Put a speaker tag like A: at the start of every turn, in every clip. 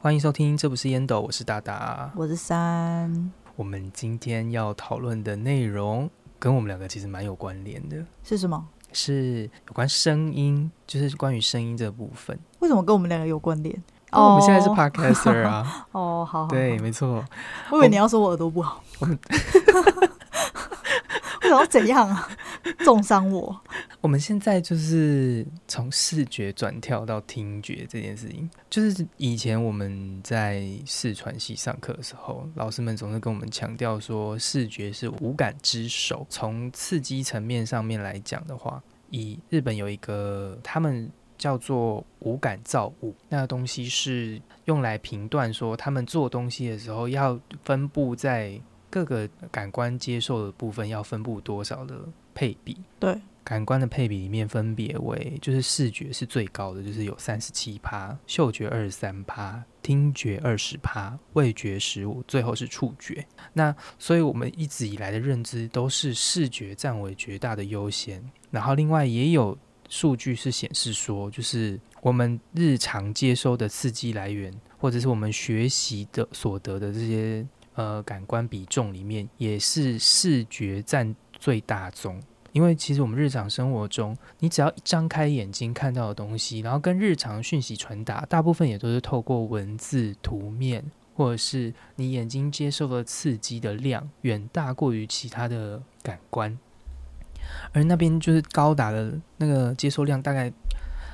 A: 欢迎收听，这不是烟斗，我是大大。
B: 我是三，
A: 我们今天要讨论的内容跟我们两个其实蛮有关联的，
B: 是什么？
A: 是有关声音，就是关于声音这部分。
B: 为什么跟我们两个有关联？
A: 因为哦我们现在是 podcaster 啊，
B: 哦，好好，
A: 对，
B: 好，
A: 没错。
B: 我以为你要说我耳朵不好，我想要怎样啊？重伤我，
A: 我们现在就是从视觉转跳到听觉这件事情，就是以前我们在视传系上课的时候，老师们总是跟我们强调说，视觉是五感之首。从刺激层面上面来讲的话，以日本有一个他们叫做五感造物，那个东西是用来评断说他们做东西的时候要分布在各个感官接受的部分要分布多少的配比。
B: 对，
A: 感官的配比里面分别为，就是视觉是最高的，就是有三十七趴，嗅觉二十三趴，听觉二十趴，味觉十五，最后是触觉。那所以我们一直以来的认知都是视觉占为绝大的优先，然后另外也有数据是显示说，就是我们日常接收的刺激来源，或者是我们学习的所得的这些呃感官比重里面，也是视觉占最大宗。因为其实我们日常生活中，你只要一张开眼睛看到的东西，然后跟日常讯息传达，大部分也都是透过文字、图面，或者是你眼睛接受的刺激的量远大过于其他的感官，而那边就是高达的那个接受量大概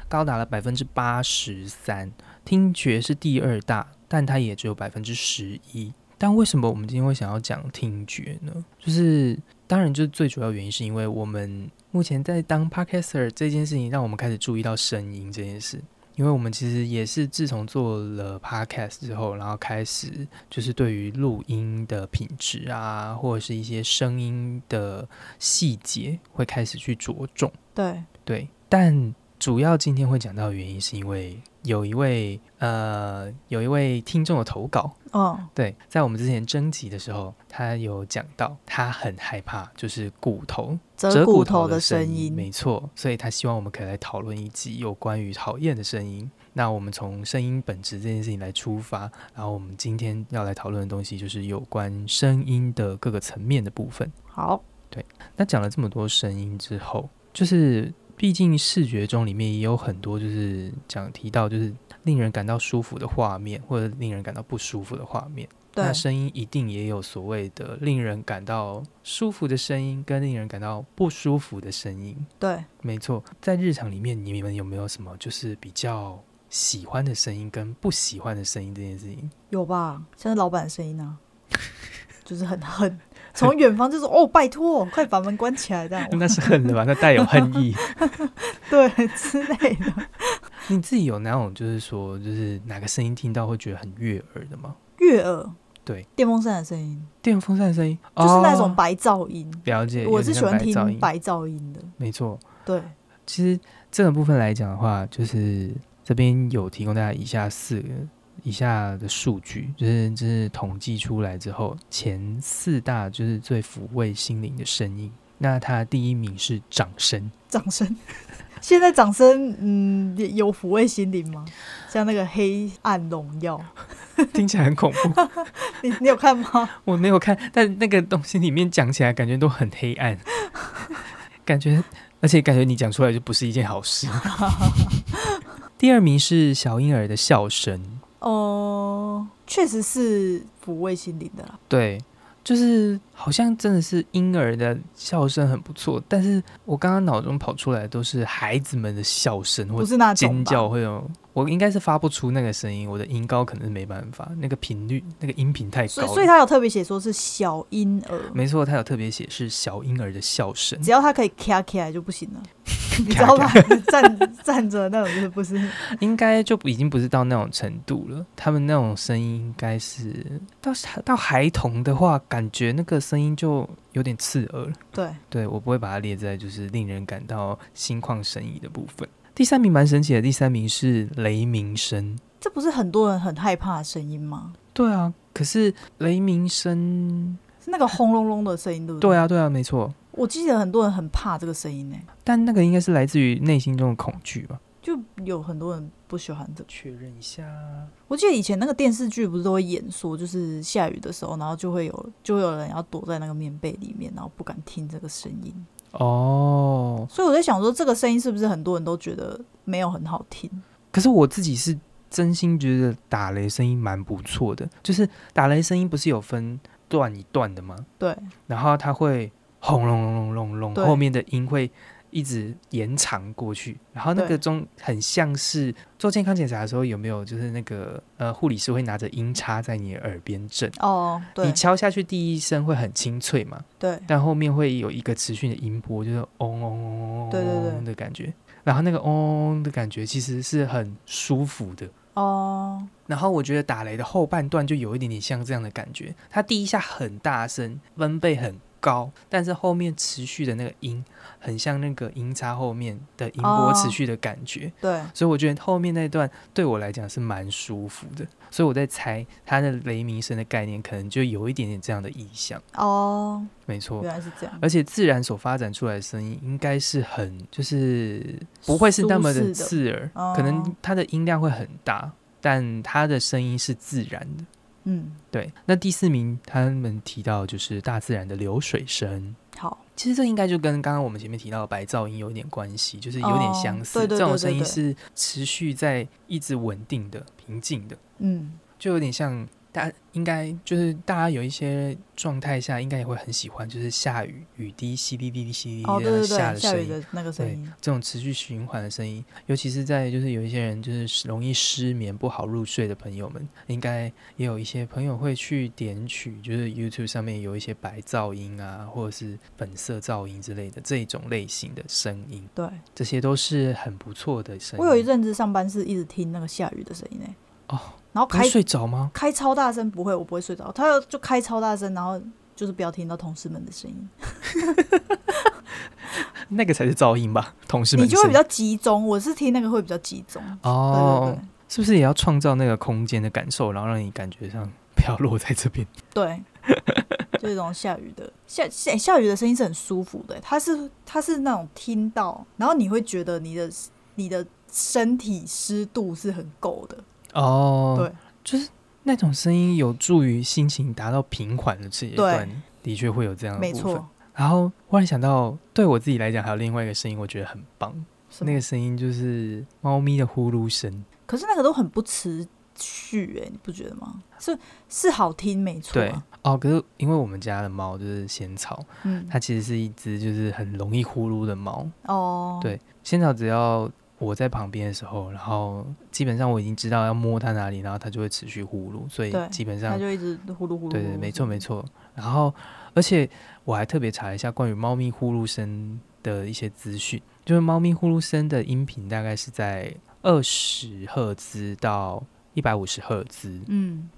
A: 高达了百分之八十三，听觉是第二大，但它也只有百分之十一。但为什么我们今天会想要讲听觉呢？就是当然，就是最主要原因是因为我们目前在当 podcaster 这件事情，让我们开始注意到声音这件事。因为我们其实也是自从做了 podcast 之后，然后开始就是对于录音的品质啊，或者是一些声音的细节，会开始去着重。
B: 对，
A: 对，但主要今天会讲到的原因，是因为有一位呃，有一位听众的投稿，
B: 嗯，
A: 对，在我们之前征集的时候，他有讲到他很害怕，就是骨头
B: 折
A: 骨
B: 骨
A: 头
B: 头
A: 的
B: 的声
A: 没
B: 音，
A: 错，所以他希望我们可以来讨论一集有关于讨厌的声音。那我们从声音本质这件事情来出发，然后我们今天要来讨论的东西就是有关声音的各个层面的部分。
B: 好，
A: 那讲了这么多声音之后，就是毕竟视觉中里面也有很多就是讲提到就是令人感到舒服的画面，或者令人感到不舒服的画面。
B: 对
A: 那，声音一定也有所谓的令人感到舒服的声音，跟令人感到不舒服的声音。
B: 对，
A: 没错，在日常里面，你们有没有什么就是比较喜欢的声音跟不喜欢的声音这件事 情？
B: 有吧？像是老板的声音啊，就是很 恨，从远方就说：“哦，拜托，快把门关起来！”这样，
A: 那是恨的吧？那带有恨意。
B: 对之类的。
A: 你自己有哪种就是说，就是哪个声音听到会觉得很悦耳的吗？
B: 悦耳，
A: 对，哦
B: 电风扇的声音，
A: 电风扇的声音，
B: 就是那种
A: 白、
B: 白噪音。
A: 了解，
B: 我
A: 有
B: 是
A: 点
B: 喜
A: 像白
B: 欢听
A: 噪音
B: 白噪音的，
A: 没错，
B: 对，
A: 其实这个部分来讲的话，就是这边有提供大家以下四个以下的数据，就是就是统计出来之后，前四大就是最抚慰心灵的声音。那它的第一名是掌声，
B: 掌声。 现在掌声，嗯，也有抚慰心灵吗？像那个《黑暗荣耀》
A: 听起来很恐怖。
B: 你，你 有看吗？
A: 我没有看，但那个东西里面讲起来感觉都很黑暗，感觉而且感觉你讲出来就不是一件好事。 第二名是小婴儿的笑声，
B: 哦、确实是抚慰心灵的啦。
A: 对，就是好像真的是婴儿的笑声很不错，但是我刚刚脑中跑出来都是孩子们的笑声或
B: 不
A: 者
B: 是那种
A: 尖
B: 吧
A: 叫，会有。我应该是发不出那个声音，我的音高可能是没办法，那个频率、那个音频太
B: 所以
A: 高嗯
B: 所
A: 了。
B: 以他有特别写说是小婴儿，
A: 没错，他有特别写是小婴儿的笑声，
B: 只要他可以卡起来就不行 了，你知道吧？ 站站着那种就是不是？
A: 应该就已经不是到那种程度了。他们那种声音应该是到到孩童的话，感觉那个声音就有点刺耳了。
B: 对，
A: 对我不会把它列在就是令人感到心旷神怡的部分。第三名蛮神奇的，第三名是雷鸣声。
B: 这不是很多人很害怕的声音吗？
A: 对啊，可是雷鸣声，
B: 是那个轰隆隆的声音，对不
A: 对
B: 对
A: 啊，对啊，没错。
B: 我记得很多人很怕这个声音呢、
A: 但那个应该是来自于内心中的恐惧吧？
B: 就有很多人不喜欢这。
A: 确认一下，
B: 我记得以前那个电视剧不是都会演说，就是下雨的时候，然后就会有就会有人要躲在那个棉被里面，然后不敢听这个声音。
A: 哦，
B: 所以我在想说，这个声音是不是很多人都觉得没有很好听？
A: 可是我自己是真心觉得打雷声音蛮不错的，就是打雷声音不是有分段一段的吗？
B: 对，
A: 然后它会轰隆隆隆隆
B: 对
A: 隆，后面的音会一直延长过去，然后那个
B: 对
A: 钟很像是做健康检查的时候有没有，就是那个呃护理师会拿着音叉在你的耳边震，
B: 哦，
A: 你
B: 对
A: 敲下去第一声会很清脆嘛，
B: 对，
A: 但后面会有一个持续的音波，就是嗡嗡嗡嗡
B: 对对对
A: 嗡的感觉。然后那个嗡嗡的感觉其实是很舒服的。
B: 哦，
A: 然后我觉得打雷的后半段就有一点点像这样的感觉，它第一下很大声，分贝很高，但是后面持续的那个音很像那个音叉后面的音波
B: 哦
A: 持续的感觉。
B: 对，
A: 所以我觉得后面那段对我来讲是蛮舒服的，所以我在猜它的雷鸣声的概念可能就有一点点这样的意象，
B: 哦，
A: 没错。
B: 原来是这样。
A: 而且自然所发展出来的声音应该是很，就是不会是那么
B: 舒
A: 的
B: 适的
A: 刺耳，
B: 哦
A: 可能它的音量会很大，但它的声音是自然的。
B: 嗯，
A: 对，那第四名他们提到就是大自然的流水声，
B: 好，
A: 其实这应该就跟刚刚我们前面提到的白噪音有一点关系，就是有点
B: 哦
A: 相似。
B: 对对
A: 这种
B: 对对
A: 声音
B: 对
A: 是持续在一直稳定的、平静的，
B: 嗯，
A: 就有点像大家应该就是大家有一些状态下应该也会很喜欢，就是下雨雨滴淅沥沥沥淅沥
B: 哦，
A: 沥
B: 对
A: 的
B: 对
A: 下
B: 对，
A: 的
B: 下
A: 声
B: 雨
A: 音。
B: 的那个声
A: 对
B: 音，，
A: 这种持续循环的声音，尤其是在就是有一些人就是容易失眠、不好入睡的朋友们，应该也有一些朋友会去点取，就是 YouTube 上面有一些白噪音啊，或者是粉色噪音之类的这一种类型的声音，
B: 对
A: 这些都是很不错的声音。
B: 我有一阵子上班是一直听那个下雨的声音诶，
A: 哦，
B: 然后
A: 不会
B: 开
A: 睡着吗？
B: 开超大声，不会，我不会睡着，他就开超大声，然后就是不要听到同事们的声音，
A: 那个才是噪音吧，同事们
B: 你
A: 的
B: 就会
A: 声
B: 比
A: 音。
B: 较集中。我是听那个会比较集中，对
A: 哦，
B: 对
A: 是不是也要创造那个空间的感受，然后让你感觉上不要落在这边？
B: 对。对就是这种下雨的下下下雨的声音是很舒服的，它是它是那种听到，然后你会觉得你的你的身体湿度是很够的，
A: 哦，
B: 对，
A: 就是那种声音有助于心情达到平缓的这一段，的确会有这样的
B: 没
A: 部分
B: 错。。
A: 然后忽然想到，对我自己来讲，还有另外一个声音，我觉得很棒。
B: 什么
A: 那个声音就是猫咪的呼噜声，
B: 可是那个都很不持续、欸，你不觉得吗？是是好听没错、
A: 对
B: 啊，
A: 哦。可是因为我们家的猫就是仙草，
B: 嗯，
A: 它其实是一只就是很容易呼噜的猫。
B: 哦，
A: 对仙草只要我在旁边的时候，然后基本上我已经知道要摸它哪里，然后它就会持续呼噜，所以
B: 对
A: 基本上
B: 它就一直呼噜呼噜。
A: 对对，没错没
B: 错。
A: 错。然后，而且我还特别查了一下关于猫咪呼噜声的一些资讯，就是猫咪呼噜声的音频大概是在二十赫兹到一百五十赫兹，
B: 嗯，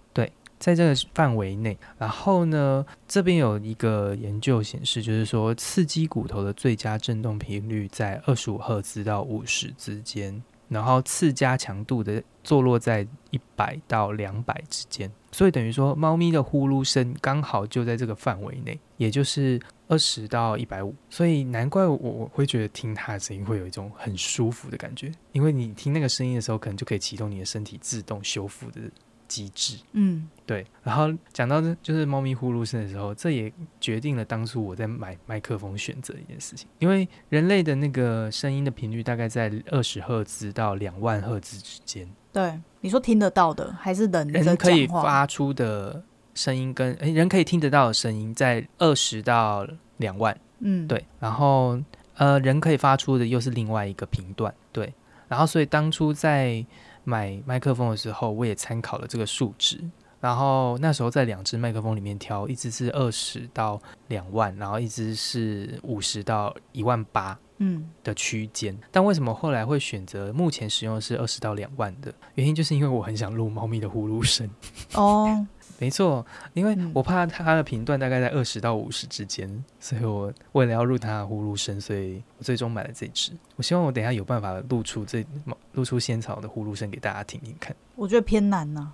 A: 在这个范围内。然后呢，这边有一个研究显示，就是说刺激骨头的最佳振动频率在二十五赫兹到五十之间，然后次佳强度的坐落在一百到两百之间。所以等于说，猫咪的呼噜声刚好就在这个范围内，也就是二十到一百五。所以难怪我我会觉得听它的声音会有一种很舒服的感觉，因为你听那个声音的时候，可能就可以启动你的身体自动修复的机制。
B: 嗯，
A: 对，然后讲到这就是猫咪呼噜声的时候，这也决定了当初我在买麦克风选择一件事情，因为人类的那个声音的频率大概在二十赫兹到两万赫兹之间，
B: 对，你说听得到的还是人在
A: 人可以
B: 讲话？
A: 发出的声音跟诶人可以听得到的声音在二十到两万，
B: 嗯，，
A: 对，然后呃，人可以发出的又是另外一个频段，对，然后所以当初在买麦克风的时候，我也参考了这个数值，然后那时候在两只麦克风里面挑，一只是二十到两万，然后一只是五十到一万八。
B: 嗯，
A: 的区间，但为什么后来会选择目前使用的是二十到两万的？原因就是因为我很想录猫咪的呼噜声，
B: 哦，
A: 没错，因为
B: 嗯
A: 我怕它的频段大概在二十到五十之间，所以我为了要入它的呼噜声，所以我最终买了这只。我希望我等一下有办法录出这录出仙草的呼噜声给大家听听看，
B: 我觉得偏难呐、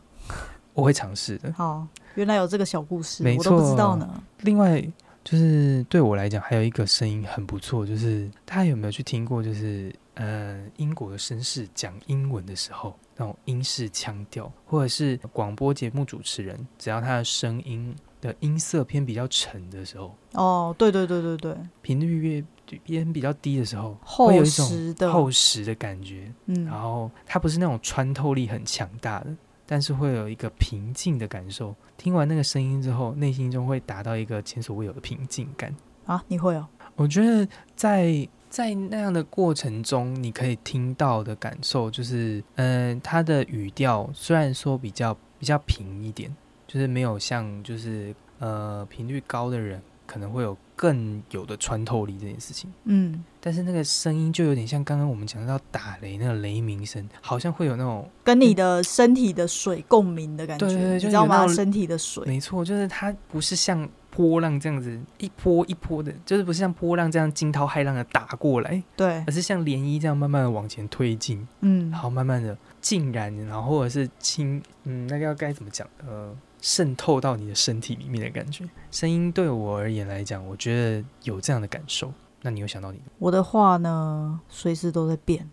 A: 我会尝试的。
B: 好，原来有这个小故事，
A: 没
B: 我都不
A: 错
B: 知道呢。
A: 另外，就是对我来讲还有一个声音很不错，就是大家有没有去听过？就是呃英国的绅士讲英文的时候，那种英式腔调，或者是广播节目主持人，只要他的声音的音色偏比较沉的时候，
B: 哦，对对对对对，
A: 频率越偏比较低的时候，会有
B: 厚
A: 一种
B: 实的，
A: 厚实的感觉。
B: 嗯
A: 然后它不是那种穿透力很强大的，但是会有一个平静的感受。听完那个声音之后，内心中会达到一个前所未有的平静感。
B: 啊，你会哦，
A: 我觉得在在那样的过程中，你可以听到的感受就是，嗯、呃，它的语调虽然说比较比较平一点，就是没有像就是呃频率高的人可能会有更有的穿透力这件事情。
B: 嗯，
A: 但是那个声音就有点像刚刚我们讲到打雷那个雷鸣声，好像会有那种
B: 跟你的身体的水共鸣的感觉，
A: 对对对
B: 你
A: 就
B: 知道
A: 有那
B: 吗？
A: 种
B: 身体的水，
A: 没错，就是它不是像波浪这样子一波一波的，就是不是像波浪这样惊涛骇浪的打过来，
B: 对
A: 而，是像涟漪这样慢慢的往前推进，
B: 嗯，
A: 然后慢慢的浸染，然后或者是侵，嗯，那个要该怎么讲？呃，渗透到你的身体里面的感觉。声音对我而言来讲，我觉得有这样的感受。那你有想到你
B: 我的话呢，随时都在变，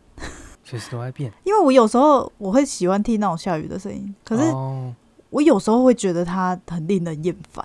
A: 随时都在变，
B: 因为我有时候我会喜欢听那种下雨的声音，可是
A: 哦、
B: 我有时候会觉得它很令人厌 烦，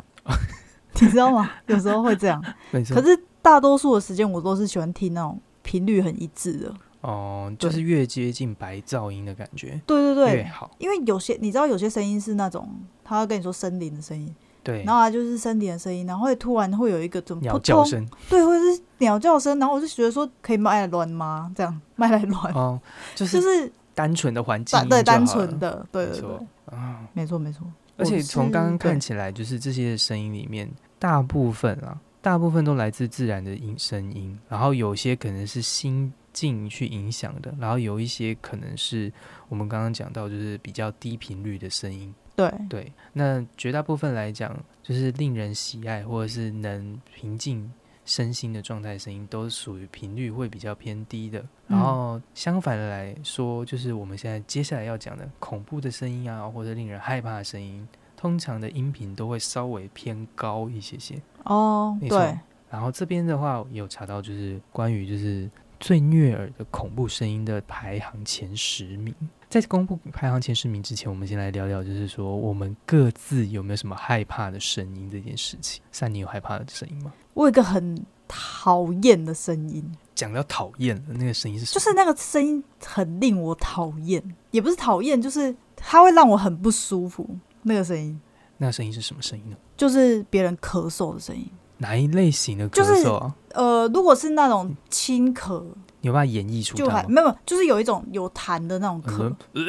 B: 你知道吗？有时候会这样，
A: 可
B: 可是大多数的时间我都是喜欢听那种频率很一致的，
A: 哦，就是
B: 对
A: 越接近白噪音的感觉
B: 对对
A: 越
B: 对，
A: 好。
B: 因为有些你知道有些声音是那种他会跟你说森林的声音，
A: 对，
B: 然后它就是森林的声音，然后会突然会有一个怎么
A: 鸟
B: 扑
A: 叫
B: 通，
A: 声
B: 对，或者是鸟叫声，然后我就觉得说可以卖来乱吗？这样卖来乱，
A: 哦，就
B: 呃就是是
A: 单纯的环境
B: 单
A: 音
B: 对
A: 就
B: 单
A: 好了
B: 纯的，对
A: 没
B: 对
A: 错
B: 对，
A: 啊。
B: 没错没错，
A: 而且从刚刚看
B: 对
A: 起来，就是这些声音里面，大部分啊，大部分都来自自然的音声音，然后有些可能是心境去影响的，然后有一些可能是我们刚刚讲到，就是比较低频率的声音。
B: 对
A: 对，那绝大部分来讲，就是令人喜爱或者是能平静身心的状态，声音都属于频率会比较偏低的。然
B: 嗯
A: 后相反的来说，就是我们现在接下来要讲的恐怖的声音啊，或者令人害怕的声音，通常的音频都会稍微偏高一些些。
B: 哦
A: 没错
B: 对，
A: 然后这边的话，有查到就是关于就是最虐耳的恐怖声音的排行前十名。在公布排行前十名之前，我们先来聊聊，就是说我们各自有没有什么害怕的声音这件事情。善，你有害怕的声音吗？
B: 我有一个很讨厌的声音，
A: 讲到讨厌了，那个声音是什
B: 就
A: 么？
B: 是那个声音很令我讨厌，也不是讨厌，就是它会让我很不舒服。那个声音
A: 那个声音是什么声音呢？
B: 就是别人咳嗽的声音，
A: 哪一类型的咳
B: 就是
A: 嗽啊？
B: 呃，如果是那种轻咳，
A: 你有办法演绎出
B: 就
A: 它嗯
B: 还
A: 吗？
B: 没有，就是有一种有痰的那种咳，
A: 嗯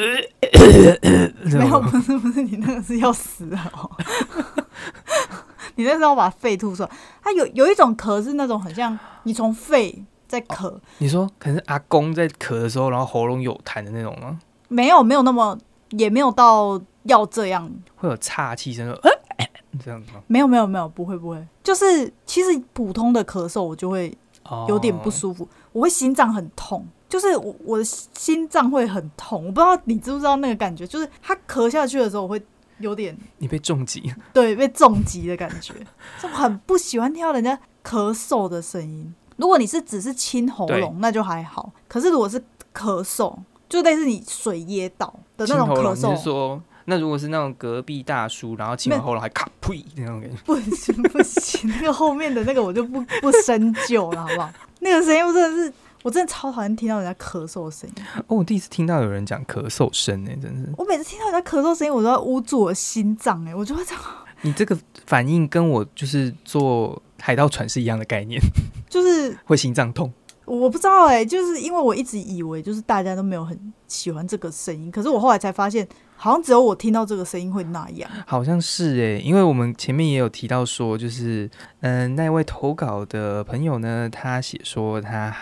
B: 没有，不是不是，你那个是要死了哦， 你那是要把肺吐出来。它有有一种咳是那种很像你从肺在咳，
A: 你说可能是阿公在咳的时候，然后喉咙有痰的那种吗？
B: 没有没有那么，也没有到要这样，
A: 会有岔气声，说呃 这样子吗？
B: 没有没有没有，不会不会，就是其实普通的咳嗽我就会
A: 哦
B: 有点不舒服，我会心脏很痛，就是我我的心脏会很痛，我不知道你知不知道那个感觉，就是它咳下去的时候我会有点
A: 你被重击，
B: 对，被重击的感 觉，就很不喜欢听到人家咳嗽的声音。如果你是只是清喉
A: 对
B: 咙，那就还好；可是如果是咳嗽，就类似你水噎到的那
A: 清
B: 种
A: 喉
B: 咳
A: 咙。你是
B: 嗽，
A: 说，那如果是那种隔壁大叔，然后清完喉咙还卡呸那种感觉，
B: 不行不行， 那个后面的那个我就不不深究了，好不好？ 那个声音我真的是，我真的超讨厌听到人家咳嗽的声音。
A: 哦，我第一次听到有人讲咳嗽声呢、欸真是。
B: 我每次听到人家咳嗽声音，我都要捂住我的心脏，哎，我就会这样，
A: 你这个反应跟我就是做海盗船是一样的概念，
B: 就是
A: 会心脏痛。
B: 我不知道哎、就是因为我一直以为就是大家都没有很喜欢这个声音，可是我后来才发现，好像只有我听到这个声音会那样。
A: 好像是诶、因为我们前面也有提到说，就是嗯、那位投稿的朋友呢，他写说他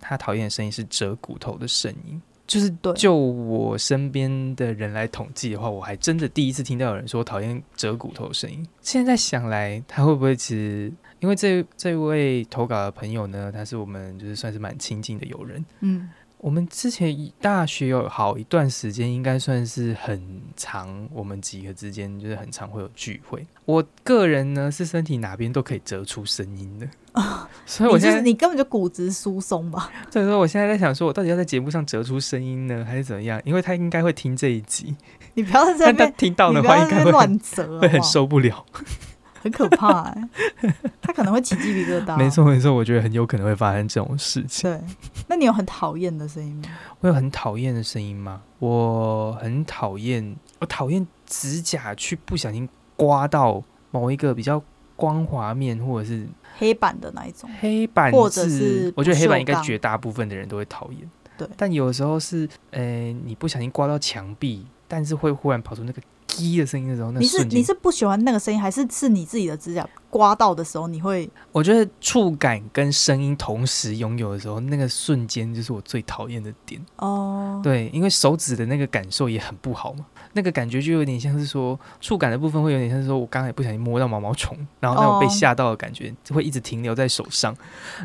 A: 他讨厌的声音是折骨头的声音， 就是
B: 对
A: 就我身边的人来统计的话，我还真的第一次听到有人说讨厌折骨头的声音。现在想来，他会不会其实因为这这位投稿的朋友呢，他是我们就是算是蛮亲近的友人，
B: 嗯，
A: 我们之前大学有好一段时间，应该算是很长，我们几个之间就是很常会有聚会。我个人呢是身体哪边都可以折出声音的， 所以我
B: 哦你就
A: 现
B: 是
A: 在，
B: 你根本就骨质疏松吧？
A: 所以说我现在在想，说我到底要在节目上折出声音呢，还是怎么样？因为他应该会听这一集，
B: 你不要在
A: 但他
B: 那 边，
A: 听到
B: 你
A: 的
B: 不要
A: 话，
B: 在
A: 应该
B: 那边
A: 会
B: 乱折，
A: 会
B: 好不
A: 很
B: 好
A: 受不了。
B: 很可怕哎、他可能会起鸡皮疙瘩。啊
A: 没，错没错，我觉得很有可能会发生这种事 情。
B: 对。那你有很讨厌的声音吗？
A: 会有很讨厌的声音吗？我很讨厌，我讨厌指甲去不小心刮到某一个比较光滑面或者是
B: 黑板的那一种？
A: 黑板
B: 哦或者是
A: 我觉得黑板应
B: 不
A: 该
B: 锈钢
A: 绝大部分的人都会讨厌。
B: 对
A: 但有时候是，呃，你不小心刮到墙壁，但是会忽然跑出那个“叽”的声音的时候，那
B: 你是
A: 瞬间
B: 你是不喜欢那个声音，还是是你自己的指甲刮到的时候你会？
A: 我觉得触感跟声音同时拥有的时候，那个瞬间就是我最讨厌的点。
B: 哦，
A: 对，因为手指的那个感受也很不好嘛，那个感觉就有点像是说触感的部分会有点像是说我刚才不小心摸到毛毛虫，然后那种被
B: 哦
A: 吓到的感觉就会一直停留在手上，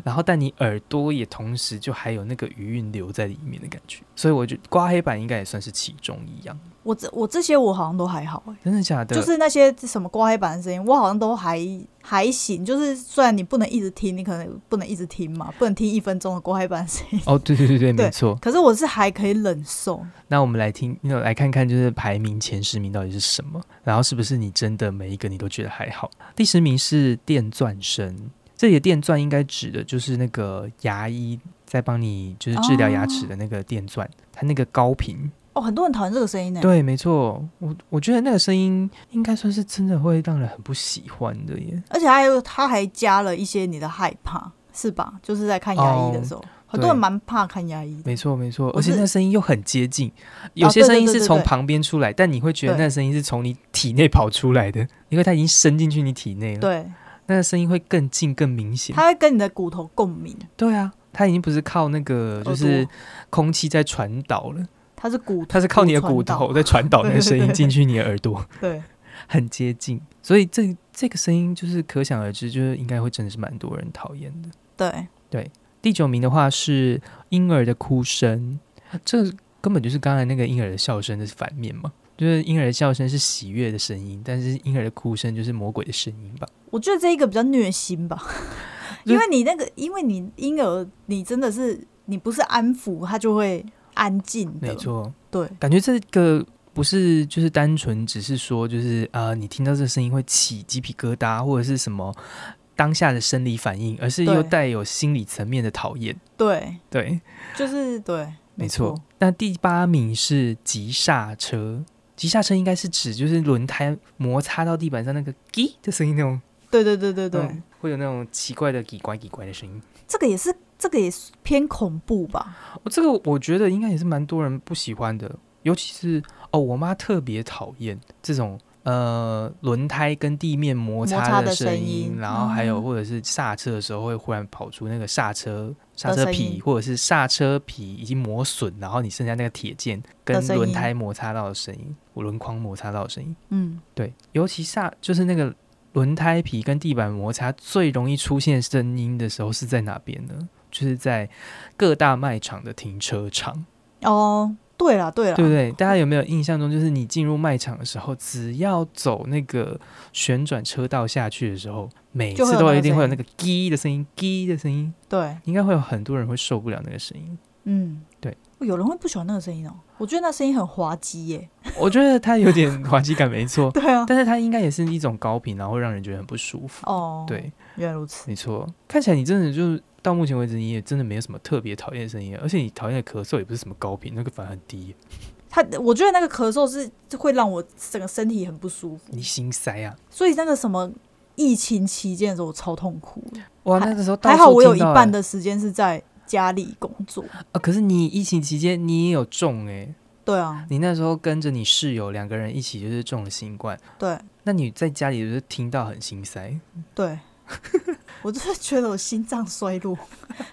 A: 然后但你耳朵也同时就还有那个余韵留在里面的感觉，所以我觉得刮黑板应该也算是其中一样，
B: 我这我这些我好像都还好、欸，
A: 真的假的？
B: 就是那些什么刮黑板的声音，我好像都还还行。就是虽然你不能一直听，你可能不能一直听嘛，不能听一分钟的刮黑板的声音，
A: 哦，对对对对，没
B: 对
A: 错。
B: 可是我是还可以忍受。
A: 那我们来听，那来看看就是排名前十名到底是什么，然后是不是你真的每一个你都觉得还好？第十名是电钻声，这里的电钻应该指的就是那个牙医在帮你就是治疗牙齿的那个电钻，它那个高频。
B: 哦，很多人讨厌这个声音呢、
A: 对，没错，我我觉得那个声音应该算是真的会让人很不喜欢的耶。
B: 而且还有他还加了一些你的害怕，是吧？就是在看牙医的时候，很多人蛮怕看牙医的。
A: 哦没错，没错，
B: 我
A: 而且
B: 是
A: 那声音又很接近，有些
B: 对
A: 声音
B: 对对
A: 是
B: 对
A: 从
B: 对
A: 旁边出来，但你会觉得
B: 对
A: 那声音是从你体内跑出来的，因为它已经伸进去你体内了。
B: 对，
A: 那个声音会更近、更明显。
B: 它会跟你的骨头共鸣，
A: 对啊，它已经不是靠那个就
B: 耳
A: 是
B: 朵
A: 空气在传导了，
B: 它是骨头，
A: 它是靠你的骨
B: 骨传导
A: 头在传 导那个声音进去你的耳朵，
B: 对，
A: 很接近。所以这这个声音就是可想而知，就是应该会真的是蛮多人讨厌的。
B: 对，
A: 第九名的话是婴儿的哭声，这根本就是刚才那个婴儿的笑声的反面嘛。就是婴儿的笑声是喜悦的声音，但是婴儿的哭声就是魔鬼的声音吧？
B: 我觉得这一个比较虐心吧，
A: 就
B: 因为你那个，因为你婴儿，你真的是你不是安抚，他就会安静的
A: 没，错，
B: 对，
A: 感觉这个不是就是单纯只是说就是啊、呃你听到这个声音会起鸡皮疙瘩或者是什么当下的生理反应，而是
B: 对
A: 又带有心理层面的讨厌。
B: 对，
A: 对，
B: 就是对，
A: 没
B: 错
A: 错，。那第八名是急刹车，急刹车应该是指就是轮胎摩擦到地板上那个“叽”的声音那种，
B: 对对对对对，
A: 嗯会有那种奇怪的“叽呱叽呱”的声音。
B: 这个也是，这个也是偏恐怖吧？
A: 我、这个我觉得应该也是蛮多人不喜欢的，尤其是哦，我妈特别讨厌这种呃轮胎跟地面摩
B: 摩擦
A: 擦
B: 的
A: 声
B: 声音
A: 然后还有
B: 嗯
A: 或者是刹车的时候会忽然跑出那个刹车刹
B: 的
A: 车
B: 声
A: 皮
B: 音
A: 或者是刹车皮已经磨损，然后你剩下那个铁件跟
B: 声
A: 轮
B: 音
A: 胎摩擦到的声音，我轮框摩擦到的声音，
B: 嗯，
A: 对，尤其刹就是那个。轮胎皮跟地板摩擦最容易出现声音的时候是在哪边呢？就是在各大卖场的停车场。
B: 哦，对啦对啦，
A: 对不对？大家有没有印象中，就是你进入卖场的时候，只要走那个旋转车道下去的时候，每
B: 就会
A: 次
B: 有
A: 都
B: 那个
A: 一定会有那
B: 声
A: 个“叽”的声音，“叽”的声音，
B: 对，
A: 应该会有很多人会受不了那个声音。
B: 嗯，
A: 对
B: 哦，有人会不喜欢那个声音哦，我觉得那声音很滑稽耶。
A: 我觉得它有点 滑稽感，没错，
B: 对啊，
A: 但是它应该也是一种高频，然后会让人觉得很不舒服。
B: 哦，，
A: 对，
B: 原来如此。
A: 没错。看起来你真的就是到目前为止，你也真的没有什么特别讨厌的声音，而且你讨厌的咳嗽也不是什么高频，那个反而很低，
B: 他，我觉得那个咳嗽是会让我整个身体很不舒服，
A: 你心塞啊。
B: 所以那个什么疫情期间的时候，我超痛苦的。
A: 哇，
B: 还
A: 那个时候到
B: 还好
A: 处
B: 我有
A: 听
B: 一
A: 到
B: 半
A: 了
B: 的时间是在家里工作。
A: 啊，可是你疫情期间你也有中哎、
B: 对啊，
A: 你那时候跟着你室友两个人一起就是中了新冠，
B: 对
A: 那你在家里就是听到很心塞，
B: 对，我就是觉得我心脏衰弱，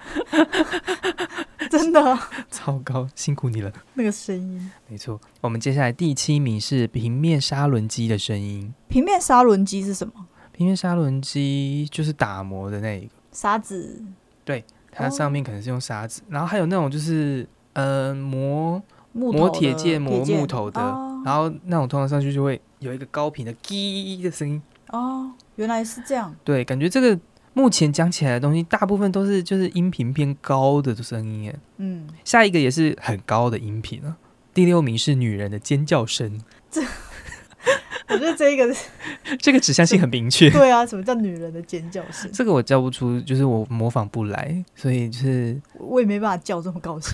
B: 真的啊
A: 糟糕，辛苦你了。
B: 那个声音。
A: 没错，我们接下来第七名是平面砂轮机的声音。
B: 平面砂轮机是什么？
A: 平面砂轮机就是打磨的那一个，
B: 砂子
A: 它上面可能是用砂纸，然后还有那种就是呃磨
B: 木
A: 磨
B: 头
A: 铁
B: 的
A: 剑、磨木
B: 剑
A: 头的，啊
B: 哦
A: 然后那种通常上去就会有一个高频的“叽”的声音。
B: 哦，原来是这样。
A: 对，感觉这个目前讲起来的东西，大部分都是就是音频偏高的声音耶。
B: 嗯，
A: 下一个也是很高的音频啊。第六名是女人的尖叫声，
B: 我觉得这一个是
A: 这个指向性很明确。
B: 对啊，什么叫女人的尖叫 声？
A: 这个我叫不出，就是我模仿不来，所以就是，
B: 我也没办法叫这么高兴。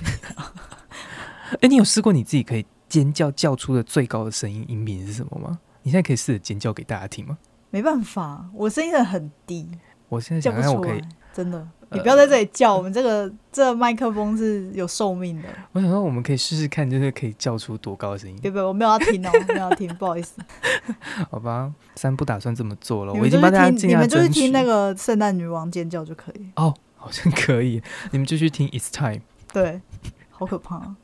A: 哎，你有试过你自己可以尖叫叫出的最高的声音音频是什么吗？你现在可以试着尖叫给大家听吗？
B: 没办法，我声音真的很低，
A: 我现在
B: 叫
A: 想
B: 不
A: 看，
B: 出
A: 哎我
B: 啊
A: 可以
B: 来，，真的。
A: 呃
B: 你不要在这里叫，我们这个这麦克风是有寿命的。
A: 我想说我们可以试试看，就是可以叫出多高的声音，
B: 别别，我没有 要听哦，没有要听，不好意思。
A: 好吧？三不打算这么做了，
B: 你
A: 我已
B: 们就
A: 经
B: 是
A: 帮大家
B: 听，
A: 尽
B: 你
A: 量
B: 们就
A: 争
B: 是
A: 取
B: 听。那个圣诞女王尖叫就可以。
A: 哦，好像可以， 你们就去听 It's Time。
B: 对，好可怕、啊。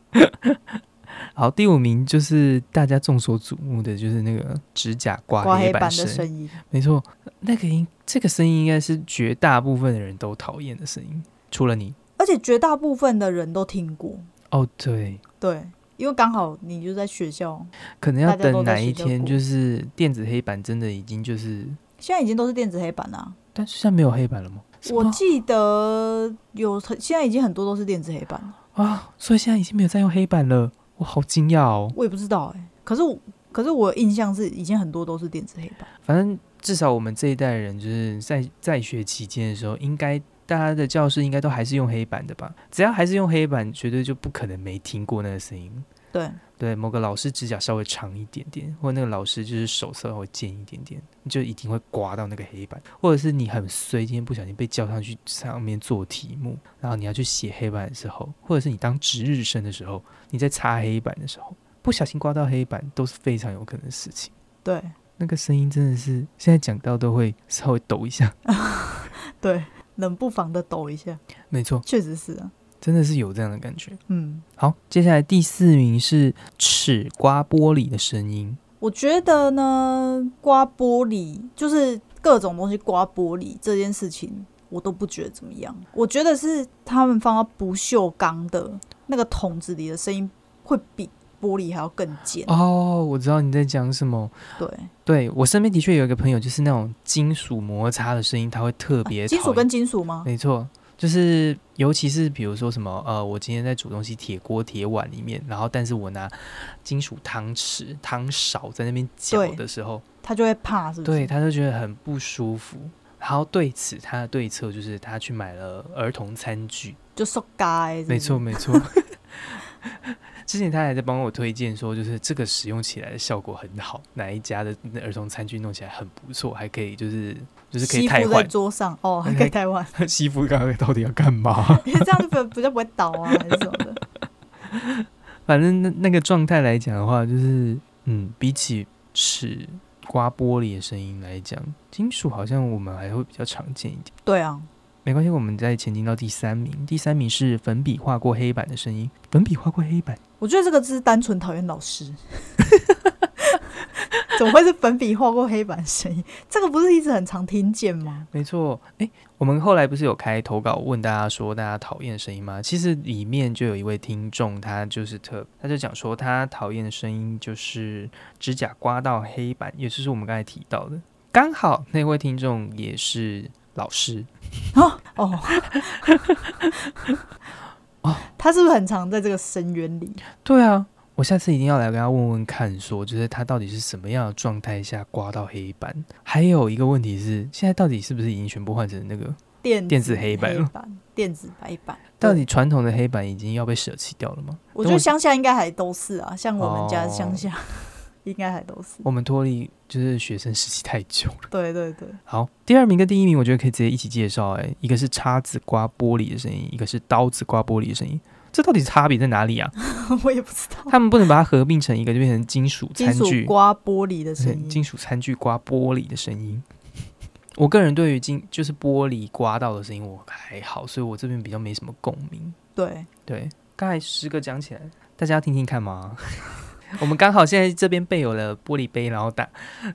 A: 好，第五名就是大家众所瞩目的，就是那个指甲刮
B: 刮黑
A: 板
B: 板的声音，
A: 没错，那个音，这个声音应该是绝大部分的人都讨厌的声音，除了你。
B: 而且绝大部分的人都听过。
A: 哦，对，
B: 对，因为刚好你就在学校，
A: 可能要
B: 大家
A: 等
B: 都在
A: 哪一
B: 学校
A: 天，
B: 过
A: 就是电子黑板真的已经就是，
B: 现在已经都是电子黑板啦、
A: 但是现在没有黑板了吗？什
B: 我
A: 么
B: 记得有，现在已经很多都是电子黑板了，
A: 啊，所以现在已经没有再用黑板了，我好惊讶哦。
B: 我也不知道哎、可是我，可是我印象是，已经很多都是电子黑板。
A: 反正至少我们这一代人，就是在在学期间的时候，应该大家的教室应该都还是用黑板的吧？只要还是用黑板，绝对就不可能没听过那个声音。
B: 对，
A: 对，某个老师指甲稍微长一点点，或那个老师就是手稍微尖一点点，你就一定会刮到那个黑板，或者是你很衰，今天不小心被叫上去上面做题目，然后你要去写黑板的时候，或者是你当值日生的时候，你在擦黑板的时候，不小心刮到黑板都是非常有可能的事情。
B: 对，
A: 那个声音真的是现在讲到都会稍微抖一下，
B: 对，冷不防的抖一下，
A: 没错，
B: 确实是啊。
A: 真的是有这样的感觉。
B: 嗯，
A: 好，接下来第四名是齿刮玻璃的声音，
B: 我觉得呢，刮玻璃就是各种东西刮玻璃这件事情，我都不觉得怎么样。我觉得是他们放到不锈钢的那个桶子里的声音，会比玻璃还要更尖。
A: 哦，我知道你在讲什么。
B: 对，
A: 对我身边的确有一个朋友，就是那种金属摩擦的声音，他会特别、讨
B: 啊金属
A: 厌
B: 跟金属吗？
A: 没错，就是尤其是比如说什么呃，我今天在煮东西，铁锅、铁碗里面，然后但是我拿金属汤匙、汤勺在那边搅
B: 对
A: 的时候，
B: 他就会怕，是不是？
A: 对，他就觉得很不舒服。然后对此，他的对策就是他去买了儿童餐具。
B: 就受该、是不是
A: 没错，，没错。 之前他还在帮我推荐说，就是这个使用起来的效果很好，哪一家的儿童餐具弄起来很不错，还可以就是就是可以
B: 吸
A: 汰
B: 附在
A: 换。
B: 桌上 哦，还可以太换，
A: 西服刚刚到底要干 嘛？
B: 这样就比比较不会倒 啊，还是什么的。
A: 反正那那个状态来讲的话，就是嗯，比起齿刮玻璃的声音来讲，金属好像我们还会比较常见一点。
B: 对啊，
A: 没关系，我们再前进到第三名。第三名是粉笔画过黑板的声音。粉笔画过黑板，
B: 我觉得这个只是单纯讨厌老 师，怎么会是粉笔画过黑板声音？这个不是一直很常听见吗？
A: 没错。诶，我们后来不是有开投稿问大家说大家讨厌的声音吗？其实里面就有一位听众，他就是特，他就讲说他讨厌的声音就是指甲刮到黑板，也就是我们刚才提到的。刚好那位听众也是老师，
B: 哦，他是不是很常在这个深渊里？
A: 对啊，我下次一定要来跟他问问看，说就是他到底是什么样的状态下刮到黑板。还有一个问题是，现在到底是不是已经全部换成那个？
B: 电
A: 电子黑板
B: 黑板，电子白板，
A: 到底传统的黑板已经要被舍弃掉了吗？
B: 我
A: 等我
B: 觉得乡下应该还都是啊，像我们家
A: 哦
B: 乡 下、应该还都是。
A: 我们脱离就是学生时期太久了。
B: 对对对，
A: 好，第二名跟第一名，我觉得可以直接一起介绍。哎，一个是叉子刮玻璃的声音，一个是刀子刮玻璃的声音。这到底差别在哪里 啊？
B: 我也不知道。
A: 他们不能把它合并成一个，就变成金属
B: 金
A: 餐
B: 属
A: 具。
B: 刮玻璃的声
A: 对，金
B: 音，
A: 属餐具刮玻璃的声音。 我个人对于金就是玻璃刮到的声音我还好，所以我这边比较没什么共鸣。
B: 对，
A: 对，刚才十个讲起来，大家要听听看 吗？我们刚好现在这边备有了玻璃杯，然后打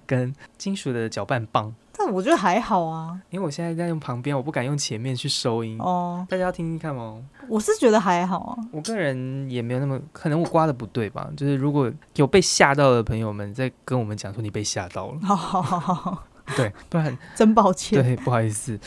A: 跟金属的搅拌棒，
B: 这那我觉得还好啊。
A: 因为我现在在用旁边，我不敢用前面去收音。
B: 哦，
A: 大家要听听看哦。
B: 我是觉得还好啊。
A: 我个人也没有那么，可能我刮的不对吧。就是如果有被吓到的朋友们在跟我们讲说你被吓到了，
B: 好好好好好，
A: 对，不然
B: 啊 真抱歉。
A: 对不好意思。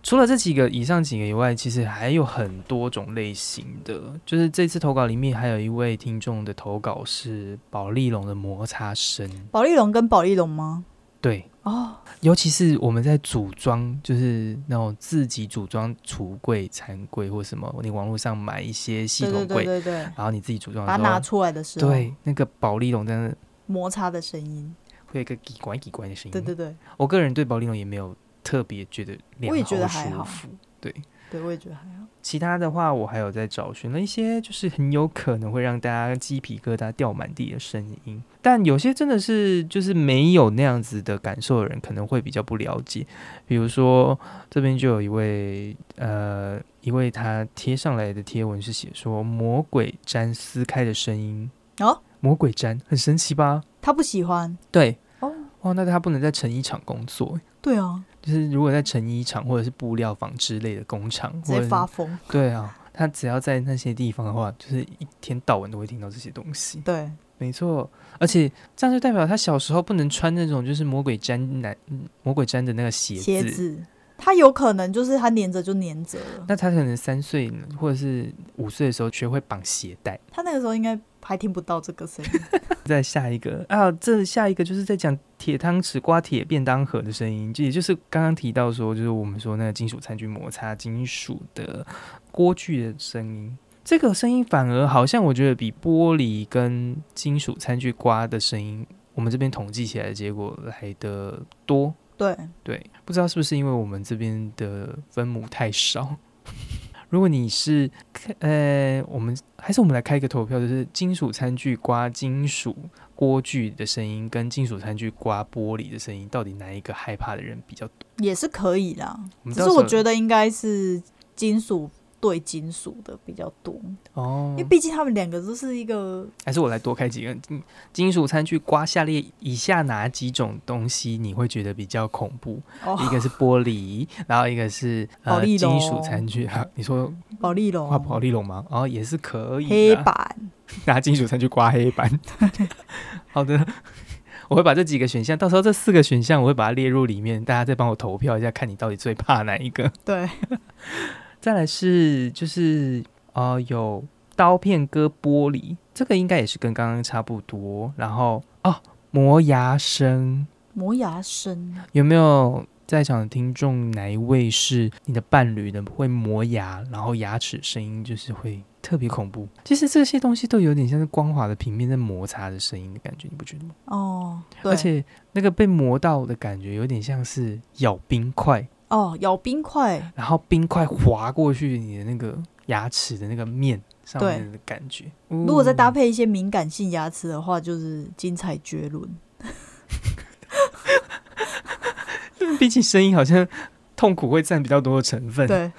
A: 除了这几个以上几个以外，其实还有很多种类型的。就是这次投稿里面还有一位听众的投稿是宝丽龙的摩擦声，
B: 保利龙跟保利龙吗？
A: 对，
B: 哦，
A: 尤其是我们在组装，就是那种自己组装橱柜、餐柜或什么，你网络上买一些系
B: 对
A: 统柜，
B: 对对对对，
A: 然后你自己组装的
B: 把它
A: 时
B: 拿
A: 候，
B: 出来的时候，
A: 对，嗯那个保利龙真的
B: 摩擦的声音，
A: 会有一个叽呱叽呱的声音。
B: 对对对，
A: 我个人对保利龙也没有特别觉得良
B: 我也觉得还
A: 舒
B: 好
A: 服。对，
B: 对我也觉得还好。
A: 其他的话我还有在找寻了一些，就是很有可能会让大家鸡皮疙瘩掉满地的声音，但有些真的是就是没有那样子的感受的人，可能会比较不了解。比如说这边就有一位呃一位他贴上来的贴文是写说魔鬼粘撕开的声音
B: 哦，
A: 魔鬼粘很神奇吧？
B: 他不喜欢
A: 对，
B: 哦，
A: 哇，那他不能在成衣厂工作。
B: 对啊，
A: 就是如果在成衣厂或者是布料纺织类的工厂，
B: 直
A: 或者
B: 接
A: 是
B: 发疯。
A: 对啊，他只要在那些地方的话，就是一天到晚都会听到这些东西。
B: 对，
A: 没错，而且这样就代表他小时候不能穿那种就是魔鬼粘男嗯魔鬼粘的那个鞋子。
B: 鞋子，他有可能就是他粘着就粘着了。
A: 那他可能三岁或者是五岁的时候学会绑鞋带。
B: 他那个时候应该还听不到这 个声音。
A: 再下一个啊，这下一个就是在讲铁汤匙刮铁便当盒的声音，就也就是刚刚提到说，就是我们说那个金属餐具摩擦金属的锅具的声音。这个声音反而好像我觉得比玻璃跟金属餐具刮的声音，我们这边统计起来的结果来的多。
B: 对，
A: 对，不知道是不是因为我们这边的分母太少。 如果你是呃，我们还是我们来开一个投票，就是金属餐具刮金属锅具的声音，跟金属餐具刮玻璃的声音，到底哪一个害怕的人比较多？
B: 也是可以啦。
A: 我们
B: 只是我觉
A: 得
B: 得应该是金属对金属的比较多，
A: 哦
B: 因为，毕竟他们两个都是一个
A: 还是我来多开几个金金属餐具刮下列以下哪几种东西你会觉得比较恐怖？一
B: 哦，
A: 个是玻璃，然后一个是
B: 保
A: 呃
B: 利
A: 金
B: 龙
A: 属餐具。 啊、你说
B: 保利龙、
A: 刮保利啊龙吗？哦，也是可以的。
B: 黑板，
A: 拿金属餐去刮黑 板。好的，我会把这几个选项，到时候这四个选项我会把它列入里面，大家再帮我投票一下，看你到底最怕哪一个。
B: 对，
A: 再来是就是呃有刀片割玻璃，这个应该也是跟刚刚差不多。然后哦磨牙声，
B: 磨牙声，
A: 有没有在场的听众哪一位是你的伴侣的会磨牙，然后牙齿声音就是会特别恐怖？其实这些东西都有点像是光滑的平面在摩擦的声音的感觉，你不觉得吗？
B: 哦，对，
A: 而且那个被磨到的感觉有点像是咬冰块，
B: 哦，咬冰块，
A: 然后冰块划过去你的那个牙齿的那个面上
B: 对
A: 面的感觉。哦
B: 如果再搭
A: 配。
B: 配一些敏感性牙齿的话，就是精彩绝伦。
A: 比起声音，好像痛苦会占比较多的成分。
B: 对，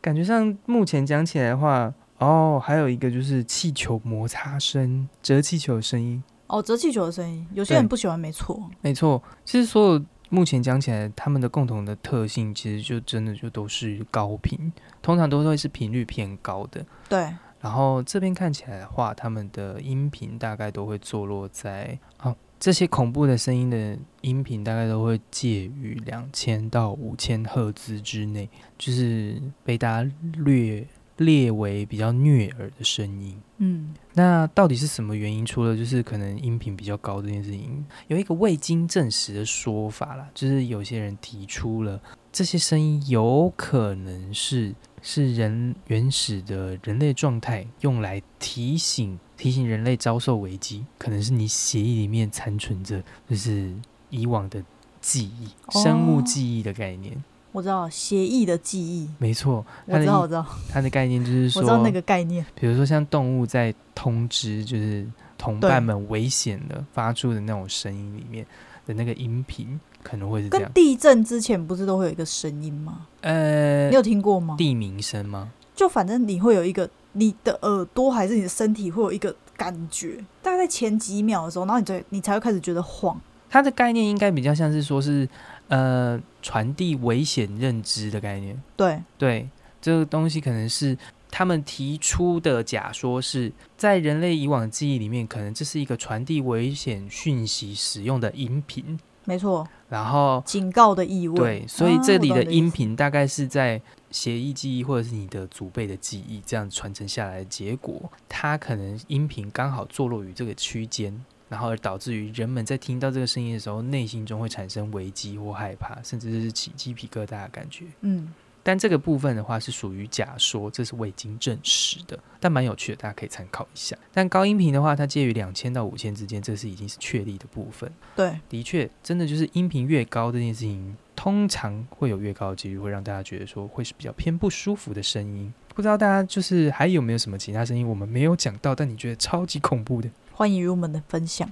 A: 感觉上目前讲起来的话，哦，还有一个就是气球摩擦声、折气球的声音。
B: 哦，折气球的声音，有些人
A: 对
B: 不喜欢，没错，
A: 没错，其实所有目前讲起来，他们的共同的特性，其实就真的就都是高频，通常都会是频率偏高的。
B: 对，
A: 然后这边看起来的话，他们的音频大概都会坐落在啊，这些恐怖的声音的音频大概都会介于两千到五千赫兹之内，就是被大家略列为比较虐耳的声音。
B: 嗯，
A: 那到底是什么原因？除了就是可能音频比较高这件事情，有一个未经证实的说法啦，就是有些人提出了这些声音有可能是是人原始的人类状态用来提醒提醒人类遭受危机，可能是你血液里面残存着就是以往的记忆、
B: 哦
A: 生物记忆的概念。
B: 我知道协议的记忆，
A: 没错，
B: 我
A: 它的
B: 知道，我
A: 意
B: 知道，
A: 它的概念就是
B: 我
A: 说
B: 知道那个概念，
A: 比如说像动物在通知就是同伴们危险了发出的那种声音里面的那个音频，可能会是这
B: 跟
A: 样。
B: 地震之前不是都会有一个声音吗？
A: 呃
B: 你，有听过吗？
A: 地名声吗？
B: 就反正你会有一个你的耳朵还是你的身体会有一个感觉，大概在前几秒的时候，然后你才你才会开始觉得晃。
A: 它的概念应该比较像是说是呃传递危险认知的概念。
B: 对，
A: 对，这个东西可能是他们提出的假说是在人类以往记忆里面，可能这是一个传递危险讯息使用的音频，
B: 没错，
A: 然后
B: 警告的意味。
A: 对，所以这里
B: 啊我
A: 的
B: 懂你
A: 音
B: 意思
A: 频大概是在协议记忆或者是你的祖辈的记忆这样传承下来的结果，它可能音频刚好坐落于这个区间。然后而导致于人们在听到这个声音的时候，内心中会产生危机或害怕，甚至是起鸡皮疙瘩的感觉。
B: 嗯，
A: 但这个部分的话是属于假说，这是未经证实的，但蛮有趣的，大家可以参考一下。但高音频的话，它介于两千到五千之间，这是已经是确立的部分。
B: 对，
A: 的确，真的就是音频越高这件事情，通常会有越高的几率会让大家觉得说会是比较偏不舒服的声音。不知道大家就是还有没有什么其他声音我们没有讲到，但你觉得超级恐怖的？
B: 欢迎与我们的分享。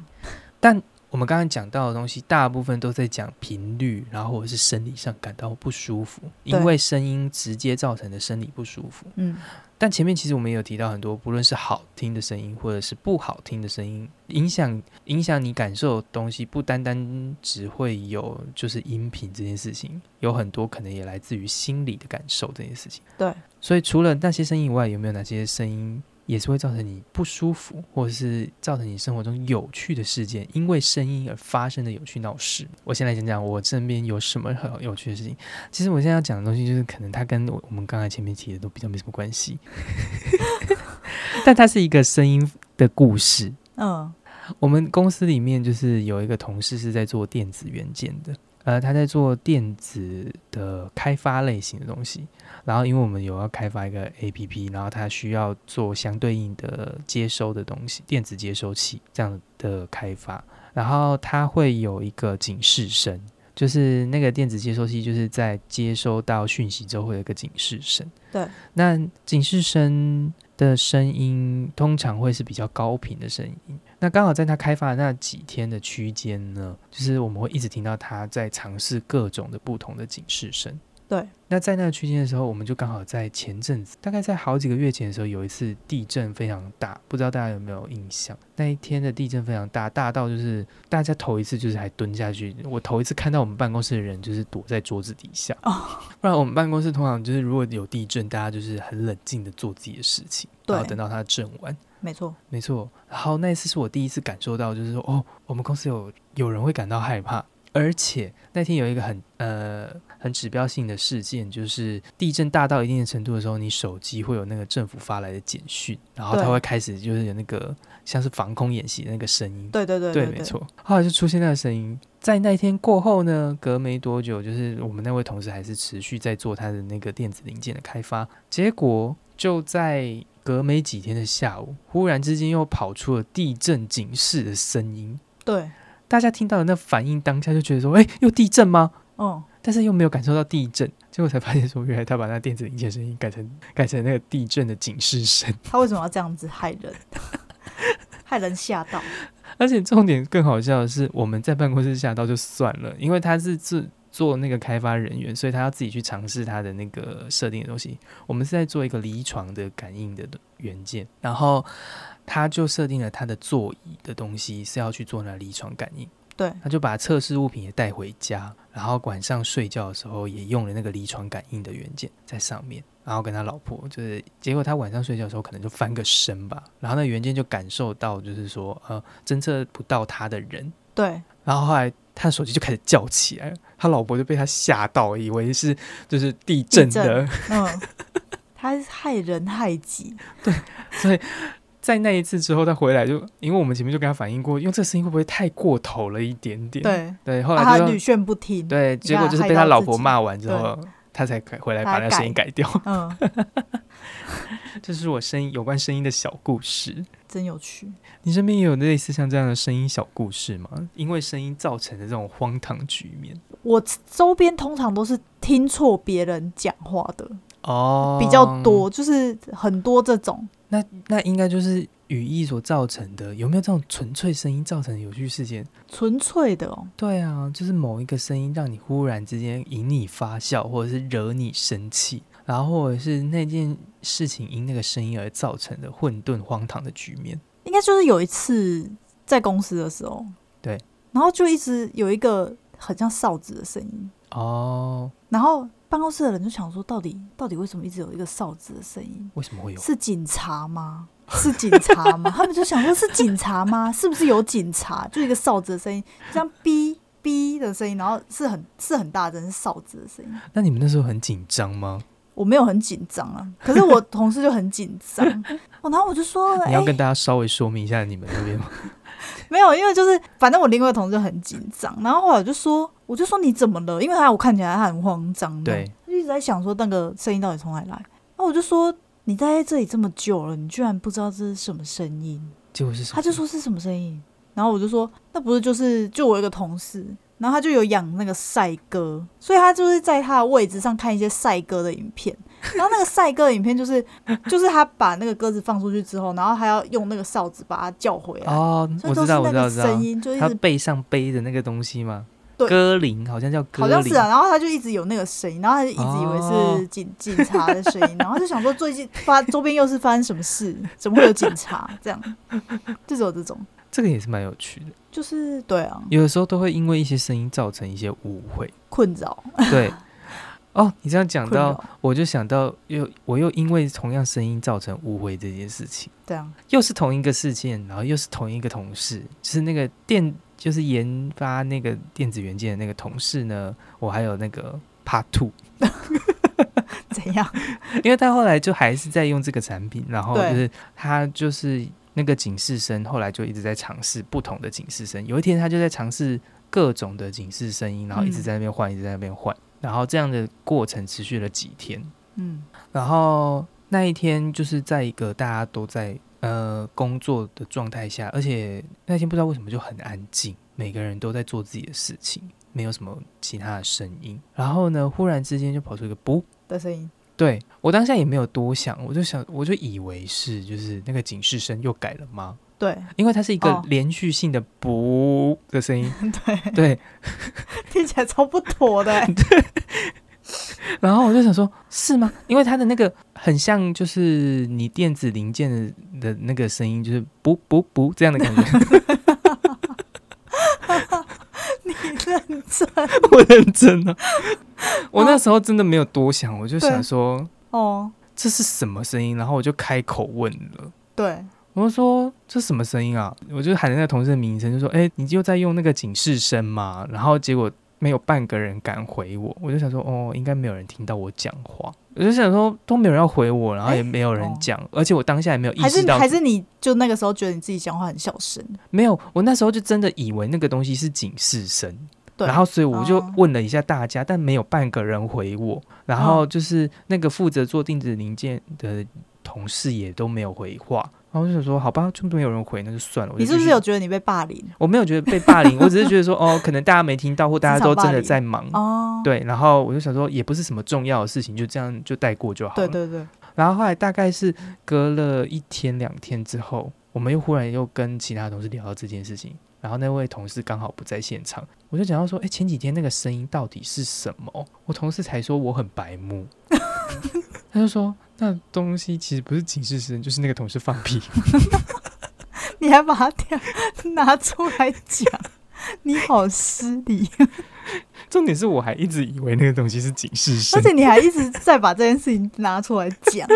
A: 我们刚才讲到的东西，大部分都在讲频率，然后或者是生理上感到不舒服，因
B: 对
A: 为声音直接造成的生理不舒服。
B: 嗯，
A: 但前面其实我们也有提到很多，不论是好听的声音，或者是不好听的声音，影响影响你感受的东西，不单单只会有就是音频这件事情，有很多可能也来自于心理的感受这件事情。
B: 对，
A: 所以除了那些声音以外，有没有哪些声音也是会造成你不舒服，或者是造成你生活中有趣的事件，因为声音而发生的有趣闹事？我先来讲讲我身边有什么很有趣的事情。其实我现在要讲的东西，就是可能它跟我我们刚才前面提的都比较没什么关系， 但它是一个声音的故事。
B: 嗯，
A: 我们公司里面就是有一个同事是在做电子元件的，呃，他在做电子的开发类型的东西。然后，因为我们有要开发一个 APP，然后他需要做相对应的接收的东西，电子接收器这样的开发。然后它会有一个警示声，就是那个电子接收器，就是在接收到讯息之后会有一个警示声。
B: 对，
A: 那警示声的声音通常会是比较高频的声音。那刚好在它开发的那几天的区间呢，就是我们会一直听到它在尝试各种的不同的警示声。
B: 对，
A: 那在那个区间的时候，我们就刚好在前阵子，大概在好几个月前的时候，有一次地震非常大，不知道大家有没有印象？那一天的地震非常大，大到就是大家头一次就是还蹲下去，我头一次看到我们办公室的人就是躲在桌子底下，
B: 哦
A: 不然我们办公室通常就是如果有地震，大家就是很冷静的做自己的事情，然后
B: 对
A: 等到它震完。
B: 没错，
A: 没错，然后那一次是我第一次感受到，就是说，哦，我们公司有有人会感到害怕，而且那天有一个很呃很指标性的事件，就是地震大到一定的程度的时候，你手机会有那个政府发来的简讯，然后它
B: 对
A: 会开始就是有那个像是防空演习的那个声音，
B: 对对对
A: 对，
B: 对，
A: 没错。后来就出现那个声音，在那一天过后呢，隔没多久，就是我们那位同事还是持续在做他的那个电子零件的开发，结果就在隔没几天的下午，忽然之间又跑出了地震警示的声音。
B: 对，
A: 大家听到的那反应当下就觉得说，哎，又地震吗？
B: 嗯，
A: 但是又没有感受到地震，结果才发现说，原来他把那电子零件声音改成改成那个地震的警示声。
B: 他为什么要这样子害人？ 害人吓到，
A: 而且重点更好笑的是，我们在办公室吓到就算了，因为他是自做那个开发人员，所以他要自己去尝试他的那个设定的东西。我们是在做一个离床的感应的元件，然后他就设定了他的座椅的东西是要去做那离床感应，
B: 对，
A: 他就把测试物品也带回家，然后晚上睡觉的时候也用了那个离床感应的元件在上面。然后跟他老婆就是，结果他晚上睡觉的时候可能就翻个身吧，然后那元件就感受到，就是说，呃，侦测不到他的人，
B: 对，
A: 然后后来他的手机就开始叫起来了，他老婆就被他吓到，以为是就是地震的，
B: 嗯，他是害人害己，
A: 在那一次之后，他回来就因为我们前面就跟他反映过，用这个声音会不会太过头了一点点？
B: 对，
A: 对，后
B: 啊
A: 来
B: 他
A: 就、
B: 屡劝不听，
A: 对，结果就是被他老婆骂完之后，他才回来把那个声音改掉。
B: 嗯，
A: 这是我声音有关声音的小故事。
B: 真有趣，
A: 你身边也有类似像这样的声音小故事吗？因为声音造成的这种荒唐局面
B: 我周边通常都是听错别人讲话的
A: 哦
B: 比较。多，就是很多这种，
A: 那嗯那应该就是语义所造成的。有没有这种纯粹声音造成的有趣事件？
B: 纯粹的哦，
A: 对啊，就是某一个声音让你忽然之间引你发笑，或者是惹你生气，然后或者是那件事情因那个声音而造成的混沌荒唐的局面。
B: 应该就是有一次在公司的时候，
A: 对，
B: 然后就一直有一个很像哨子的声音。
A: 哦，
B: 然后办公室的人就想说，到底到底为什么一直有一个哨子的声音？
A: 为什么会有？
B: 是警察吗？是警 察吗？他们就想说，是警察吗？是不是有警察？就一个哨子的声音，就像哔哔的声音，然后是很是很大声，是哨子的声音。
A: 那你们那时候很紧张吗？
B: 我没有很紧张啊，可是我同事就很 紧张。哦，然后我就说，
A: 你
B: 哎、
A: 要跟大家稍微说明一下你们那边吗？
B: 没有，因为就是反正我另外一个同事就很紧张，然后后来我就说，我就说你怎么了？因为他我看起来他很慌张，
A: 对，
B: 我就一直在想说那个声音到底从哪里来。然后我就说你待在这里这么久了，你居然不知道这是什么声音？
A: 结果是什么？
B: 他就说是什么声音？然后我就说那不是就是就我一个同事，然后他就有养那个赛鸽，所以他就是在他的位置上看一些赛鸽的影 片。然后那个赛鸽的影片就是就是他把那个鸽子放出去之后，然后还要用那个哨子把它叫回来。
A: 哦，
B: 所以
A: 我
B: 都
A: 知
B: 是
A: 道，我
B: 那
A: 知道，
B: 个
A: 我知道
B: 声，音，就一
A: 他
B: 直
A: 背上背的那个东西吗？
B: 对
A: 歌铃好像叫歌
B: 好
A: 铃，
B: 像是啊，然后他就一直有那个声音，然后他就一直以为
A: 哦
B: 是警、 警察的声音，然后就想说最近发周边又是发生什么事，怎么会有警察这样？就只有这种，
A: 这个也是蛮有趣的。
B: 就是对啊，
A: 有的时候都会因为一些声音造成一些误 会。
B: 困扰，
A: 对，哦，你这样讲
B: 困
A: 到，
B: 扰
A: 我就想到又我又因为同样声音造成误会这件事情，
B: 这样，
A: 又是同一个事件，然后又是同一个同事，就是那个电就是研发那个电子元件的那个同事呢，我还有那个 Part Two，
B: 怎样？
A: 因为他后来就还是在用这个产品，然后
B: 对
A: 就是他就是那个警示声，后来就一直在尝试不同的警示声。有一天他就在尝试各种的警示声音，然后一直
B: 嗯
A: 在那边换，一直在那边换，然后这样的过程持续了几天。
B: 嗯
A: 然后那一天就是在一个大家都在呃工作的状态下，而且那天不知道为什么就很安静，每个人都在做自己的事情，没有什么其他的声音。然后呢，忽然之间就跑出一个不。
B: 的声音，
A: 对我当下也没有多想，我就想，我就以为是就是那个警示声又改了吗？
B: 对
A: 因为它是一个
B: 哦，
A: 连续性的“不”的声音
B: 对，
A: 对。
B: 听起来超不妥的、欸，
A: 然后我就想说，是吗？因为它的那个很像就是你电子零件的的那个声音，就是“不不不”这样的感 觉。
B: 你认真
A: 我认真 了、我那时候真的没有多想，我就想说
B: 哦，
A: 这是什么声音，然后我就开口问了。
B: 对，
A: 我就说这什么声音啊？我就喊着那个同事的名声，就说：“哎、你又在用那个警示声嘛？”然后结果没有半个人敢回我，我就想说：“哦，应该没有人听到我讲话。”我就想说都没有人要回我，然后也没有人讲，而且我当下也没有意
B: 哦还
A: 识
B: 是
A: 到，
B: 还是你就那个时候觉得你自己讲话很小声，
A: 没有。我那时候就真的以为那个东西是警示声，
B: 对，
A: 然后所以我就
B: 哦
A: 问了一下大家，但没有半个人回我。然
B: 哦
A: 后就是那个负责做定制零件的同事也都没有回话。然后我就想说，好吧，就没有人回，那就算了。我就
B: 你是不
A: 继
B: 是
A: 续
B: 有觉得你被霸凌？
A: 我没有觉得被霸 凌，我只是觉得说，哦，可能大家没听到，或大家都真的在忙。
B: 哦，
A: 嗯对，然后我就想说，也不是什么重要的事情，就这样就带过就好了。
B: 对对对，
A: 然后后来大概是隔了一天两天之后，我们又忽然又跟其他同事聊到这件事情，然后那位同事刚好不在现场，我就讲到说，哎，前几天那个声音到底是什么？我同事才说我很白 目，他就说那东西其实不是警示声，就是那个同事放屁。
B: 你还把它掉拿出来讲，你好失礼，
A: 重点是我还一直以为那个东西是警示声
B: 而。且你还一直在把这件事情拿出来讲，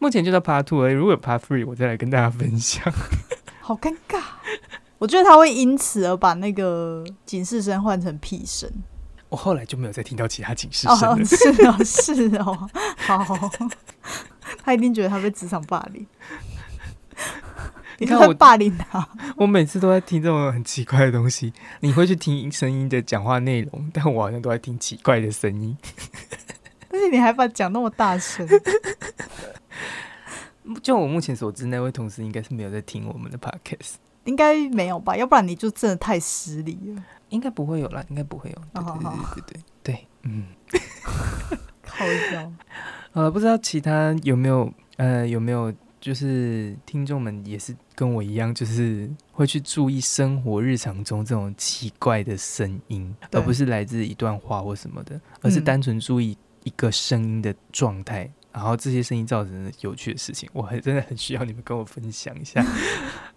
A: 目前就到 Part Two 而已，如果有 Part Three，我再来跟大家分享。
B: 好尴尬。我觉得他会因此而把那个警示声换成屁声。
A: 我后来就没有再听到其他警示
B: 哦
A: 声了。，
B: 是哦，是哦，好，他一定觉得他被职场霸凌。
A: 你
B: 你
A: 看
B: 看
A: 我
B: 我霸凌他，
A: 我每次都在听这种很奇怪的东西。 你会去听声音的讲话内容， 但我好像都在听奇怪的声音。
B: 但是你还把讲那么大声，
A: 就我目前所知，那位同事应该是没有在听我们的 Podcast，
B: 应该没有吧？要不然你就真的太失礼了。
A: 应该不会有啦，应该不会有。对
B: 哦
A: 对
B: 好
A: 对对对对对，嗯。
B: 靠腰，
A: 好了，呃不知道其他有没有呃有没有就是听众们也是跟我一样，就是会去注意生活日常中这种奇怪的声音，而
B: 对
A: 不是来自一段话或什么的，而是
B: 嗯
A: 单纯注意一个声音的状态。然后这些声音造成的有趣的事情，我很真的很需要你们跟我 分享一下。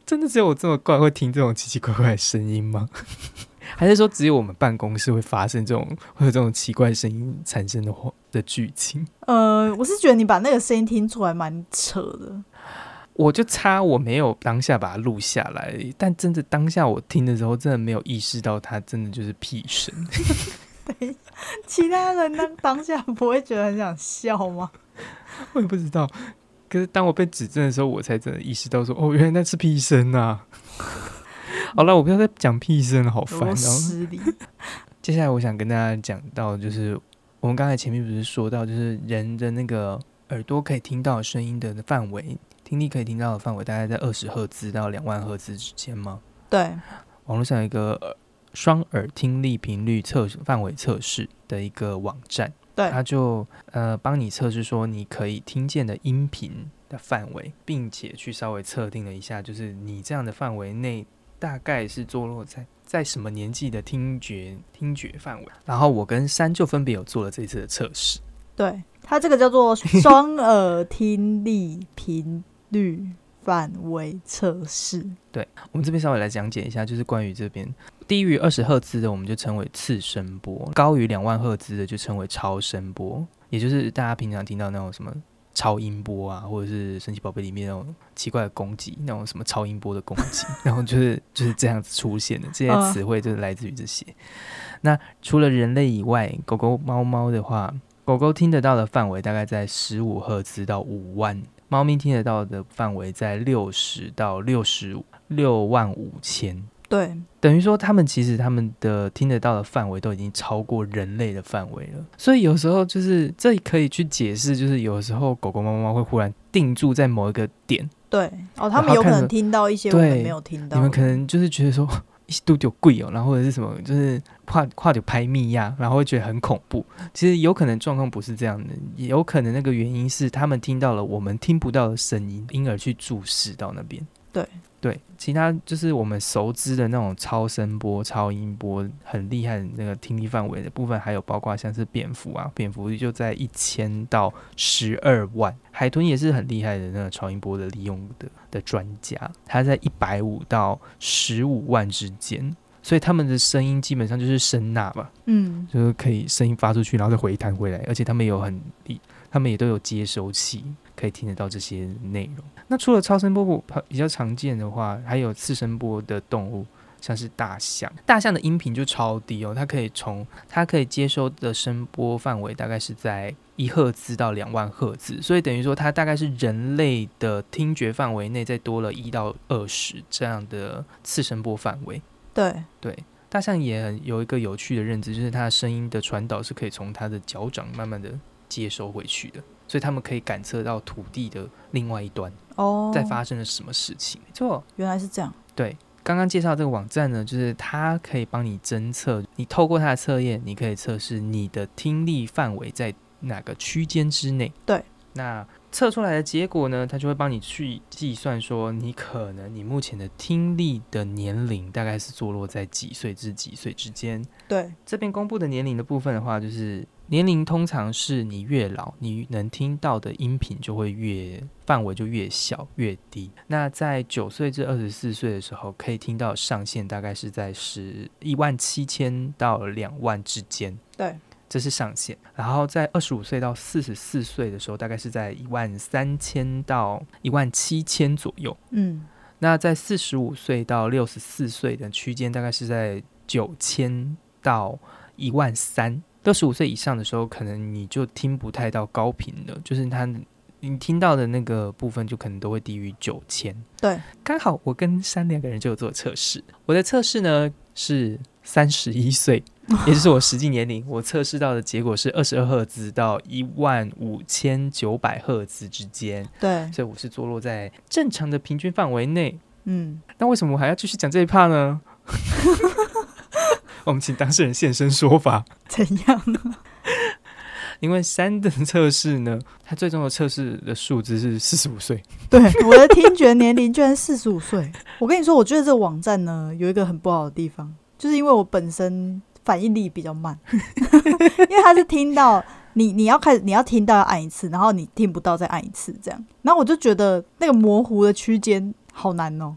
A: 真的只有我这么怪会听这种奇奇怪怪的声音吗？ 还是说只有我们办公室会发生这种会有这种奇怪声音产生的话的剧情？
B: 呃，我是觉得你把那个声音听出来蛮扯的。
A: 我就差我没有当下把它录下来，但真的当下我听的时候，真的没有意识到它真的就是屁声。
B: 对，其他人那当下不会觉得很想笑吗？
A: 我也不知道，可是当我被指正的时候，我才真的意识到说，哦，原来那是屁声啊！ 好了，我不要再讲屁声了，好烦
B: 多
A: 哦。
B: 失礼。
A: 接下来我想跟大家讲到，就是我们刚才前面不是说到，就是人的那个耳朵可以听到声音的范围，听力可以听到的范围大概在二十赫兹到两万赫兹之间吗？
B: 对，
A: 网络上有一个呃双耳听力频率测试范围测试的一个网站，
B: 对
A: 它就呃帮你测试说你可以听见的音频的范围，并且去稍微测定了一下，就是你这样的范围内大概是坐落在。在什么年纪的听觉听觉范围？然后我跟山就分别有做了这次的测试。
B: 对，它这个叫做双耳听力频率范围测试。
A: 我们这边稍微来讲解一下，就是关于这边低于二十赫兹的，我们就称为次声波；高于两万赫兹的就称为超声波，也就是大家平常听到那种什么超音波啊，或者是神奇宝贝里面那种奇怪的攻击，那种什么超音波的攻击，然后就是就是这样子出现的。这些
B: 嗯
A: 词汇就是来自于这些。那除了人类以外，狗狗、猫猫的话，狗狗听得到的范围大概在十五赫兹到五万，猫咪听得到的范围在六十到六十五六万五千。
B: 对，
A: 等于说，它们其实它们的听得到的范围都已经超过人类的范围了，所以有时候就是这可以去解释，就是有时候狗狗、猫猫会忽然定住在某一个点，
B: 对，哦，他
A: 然后
B: 们有可
A: 看
B: 能
A: 着
B: 听到一些我们
A: 对
B: 没有听到
A: 你
B: 的，
A: 们可能就是觉得说一起度丢贵哦，然后或者是什么，就是跨跨着拍密呀，然后会觉得很恐怖。其实有可能状况不是这样的，也有可能那个原因是他们听到了我们听不到的声音，因而去注视到那边。
B: 对
A: 对，其他就是我们熟知的那种超声波、超音波很厉害的那个听力范围的部分，还有包括像是蝙蝠啊，蝙蝠就在一千到十二万，海豚也是很厉害的那个超音波的利用的的专家，他在一百五到十五万之间，所以他们的声音基本上就是声呐吧，
B: 嗯，
A: 就是可以声音发出去，然后再回弹回来，而且他们也有很厉，他们也都有接收器，可以听得到这些内容。那除了超声波不比较常见的话，还有次声波的动物，像是大象，大象的音频就超低哦，它可以从它可以接收的声波范围大概是在一赫兹到两万赫兹，所以等于说它大概是人类的听觉范围内再多了一到二十这样的次声波范围。
B: 对，
A: 对，大象也很有一个有趣的认知，就是它的声音的传导是可以从它的脚掌慢慢的接收回去的，所以他们可以感测到土地的另外一端
B: 哦，
A: 在发生了什么事情。没错，
B: 原来是这样，
A: 刚刚介绍这个网站呢，就是它可以帮你侦测，你透过它的测验，你可以测试你的听力范围在哪个区间之内。
B: 对，
A: 那测出来的结果呢，它就会帮你去计算说，你可能你目前的听力的年龄大概是坐落在几岁至几岁之间。
B: 对，
A: 这边公布的年龄的部分的话，就是年龄通常是你越老，你能听到的音频就会越范围就越小越低。那在九岁至二十四岁的时候，可以听到上限大概是在十一万七千到两万之间。
B: 对。
A: 这是上限，然后在二十五岁到四十四岁的时候，大概是在一万三千到一万七千左右。
B: 嗯，
A: 那在四十五岁到六十四岁的区间，大概是在九千到一万三。六十五岁以上的时候，可能你就听不太到高频了，就是它你听到的那个部分，就可能都会低于九千。
B: 对，
A: 刚好我跟山两个人就有做测试，我的测试呢是三十一岁，也就是我实际年龄，我测试到的结果是二十二赫兹到一万五千九百赫兹之间，
B: 对，
A: 所以我是坐落在正常的平均范围内。
B: 嗯，
A: 那为什么我还要继续讲这一趴呢？ 我们请当事人现身说法。
B: 怎样？
A: 因为三的测试呢，它最终的测试的数值是四十五岁。
B: 对，我的听觉年龄居然四十五岁。我跟你说，我觉得这个网站呢有一个很不好的地方，就是因为我本身反应力比较慢，因为它是听到你你要开始你要听到要按一次，然后你听不到再按一次这样。然后我就觉得那个 模糊的区间好难哦、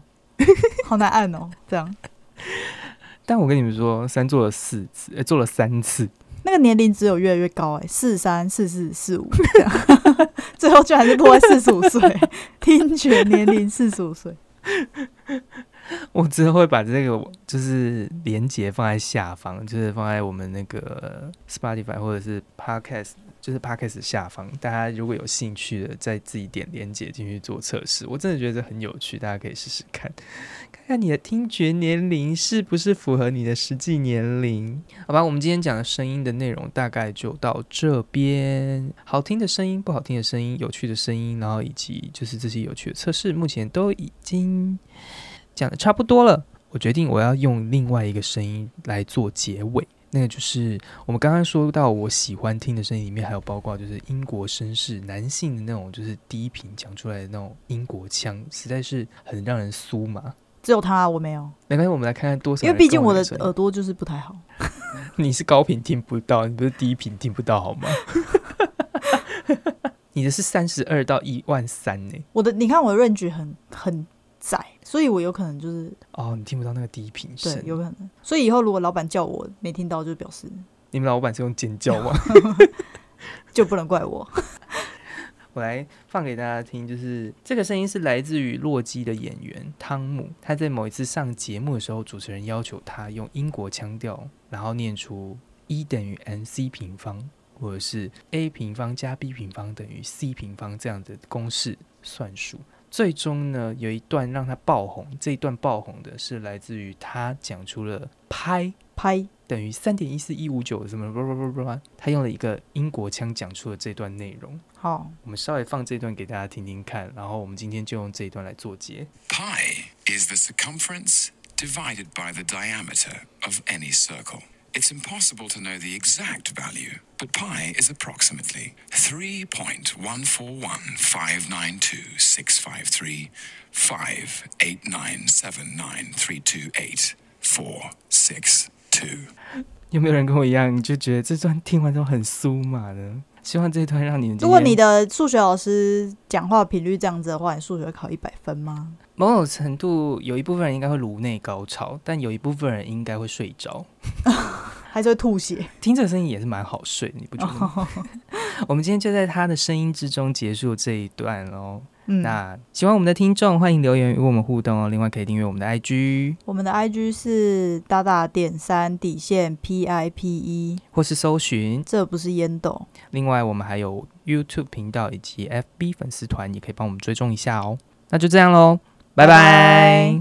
B: 好难按哦、这样
A: 但我跟你们说，三做了四次，呃，做了三次，
B: 那个年龄只有越来越高、哎，四三、四四、四五， 最后居然是落在四十五岁，听觉年龄四十五岁。
A: 我之后会把这个就是连接放在下方，就是放在我们那个 Spotify 或者是 Podcast，就是 Podcast 下方。大家如果有兴趣的，再自己点连接进去做测试。我真的觉得很有趣，大家可以试试看，看看你的听觉年龄是不是符合你的实际年龄。好吧，我们今天讲的声音的内容大概就到这边。好听的声音、不好听的声音、有趣的声音，然后以及就是这些有趣的测试，目前都已经。讲的差不多了，我决定我要用另外一个声音来做结尾，那个就是我们刚刚说到我喜欢听的声音里面，还有包括就是英国绅士男性的那种，就是低频讲出来的那种英国腔，实在是很让人酥麻。
B: 只有他，我没有，
A: 没关系，我们来看看多少
B: 因
A: 人
B: 为毕竟
A: 跟
B: 我
A: 我
B: 的呃
A: 声音
B: 耳朵就是不太好。
A: 你是高频听不到，你不是低频听不到好吗？ 你的是三十二到一万三呢，
B: 我的，你看我的 range 很很窄，所以我有可能就是
A: 哦，你听不到那个低频
B: 对
A: 声，。
B: 有可能。所以以后如果老板叫我没听到，就表示
A: 你们老板是用尖叫吗？
B: 就不能怪我。
A: 我来放给大家听，就是这个声音是来自于洛基的演员汤姆，他在某一次上节目的时候，主持人要求他用英国腔调，然后念出 E 等于 mc 平方，或者是 a 平方加 b 平方等于 c 平方这样的公式算术。最终呢，有一段让他爆红，这一段爆红的是来自于他讲出了拍
B: 拍
A: 等于三点一四一五九什么不不不不，他用了一个英国腔讲出了这段内容。
B: 好，
A: 我们稍微放这段给大家听听看，然后我们今天就用这一段来做结。
C: Pi is the circumference divided by the diameter of any circle. It's impossible to know the exact value, but pi is approximately 3.1415953589793328462.
A: 有没有人跟我一样就觉得这段听完之后很酥麻呢？希望这一段让你们今
B: 如果
A: 天
B: 你的数学老师讲话频率这样子的话，你数学会考一百分吗？
A: 某种程度有一部分人应该会颅内高潮，但有一部分人应该会睡着。
B: 还是会吐血？
A: 听这个声音也是蛮好睡， 你不觉得吗？
B: 哦
A: 我们今天就在他的声音之中结束这一段哦。
B: 嗯，
A: 那喜欢我们的听众，欢迎留言与我们互动哦。另外可以订阅我们的 IG，
B: 我们的 IG 是大大点三底线 P I P E，
A: 或是搜寻
B: 这不是烟斗。
A: 另外，我们还有 YouTube 频道以及 FB 粉丝团，也可以帮我们追踪一下哦。那就这样喽，拜
B: 拜拜
A: 拜